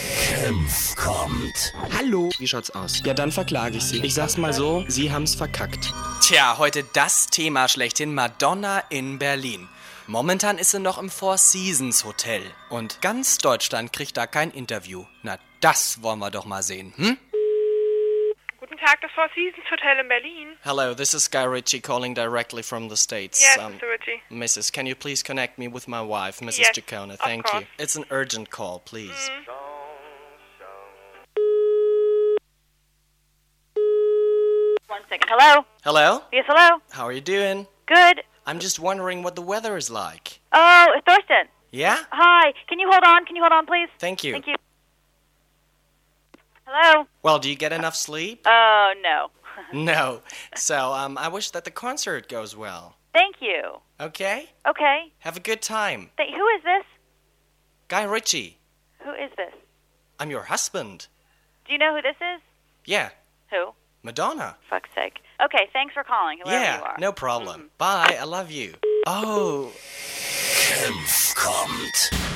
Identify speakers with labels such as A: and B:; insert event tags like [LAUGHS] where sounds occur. A: Senf kommt.
B: Hallo.
C: Wie schaut's aus?
B: Ja, dann verklage ich Sie. Ich sag's mal so, Sie haben's verkackt.
C: Tja, heute das Thema schlechthin Madonna in Berlin. Momentan ist sie noch im Four Seasons Hotel und ganz Deutschland kriegt da kein Interview. Na, das wollen wir doch mal sehen, hm?
D: Guten Tag, das Four Seasons Hotel in Berlin.
C: Hello, this is Guy Ritchie calling directly from the States.
D: Yes, Mr. Ritchie.
C: Mrs., can you please connect me with my wife, Mrs.
D: Yes,
C: Jacona?
D: of
C: Thank you.
D: course. Mm.
C: It's an urgent call, please.
E: One second. Hello?
C: Hello?
E: Yes, hello?
C: How are you doing?
E: Good.
C: I'm just wondering what the weather is like.
E: Oh, it's Thurston.
C: Yeah?
E: Hi. Can you hold on? Can you hold on, please?
C: Thank you.
E: Thank you. Hello?
C: Well, do you get enough sleep?
E: Oh, no.
C: [LAUGHS] No. So, um, I wish that the concert goes well.
E: Thank you.
C: Okay?
E: Okay.
C: Have a good time.
E: Th- who is this?
C: Guy Ritchie,
E: Who is this?
C: I'm your husband.
E: Do you know who this is?
C: Yeah,
E: Who?
C: Madonna.
E: Fuck's sake. Okay, thanks for calling, whoever you
C: yeah,
E: are. Mm-hmm.
C: no problem. Bye, I love you. Oh,
A: Senf kommt.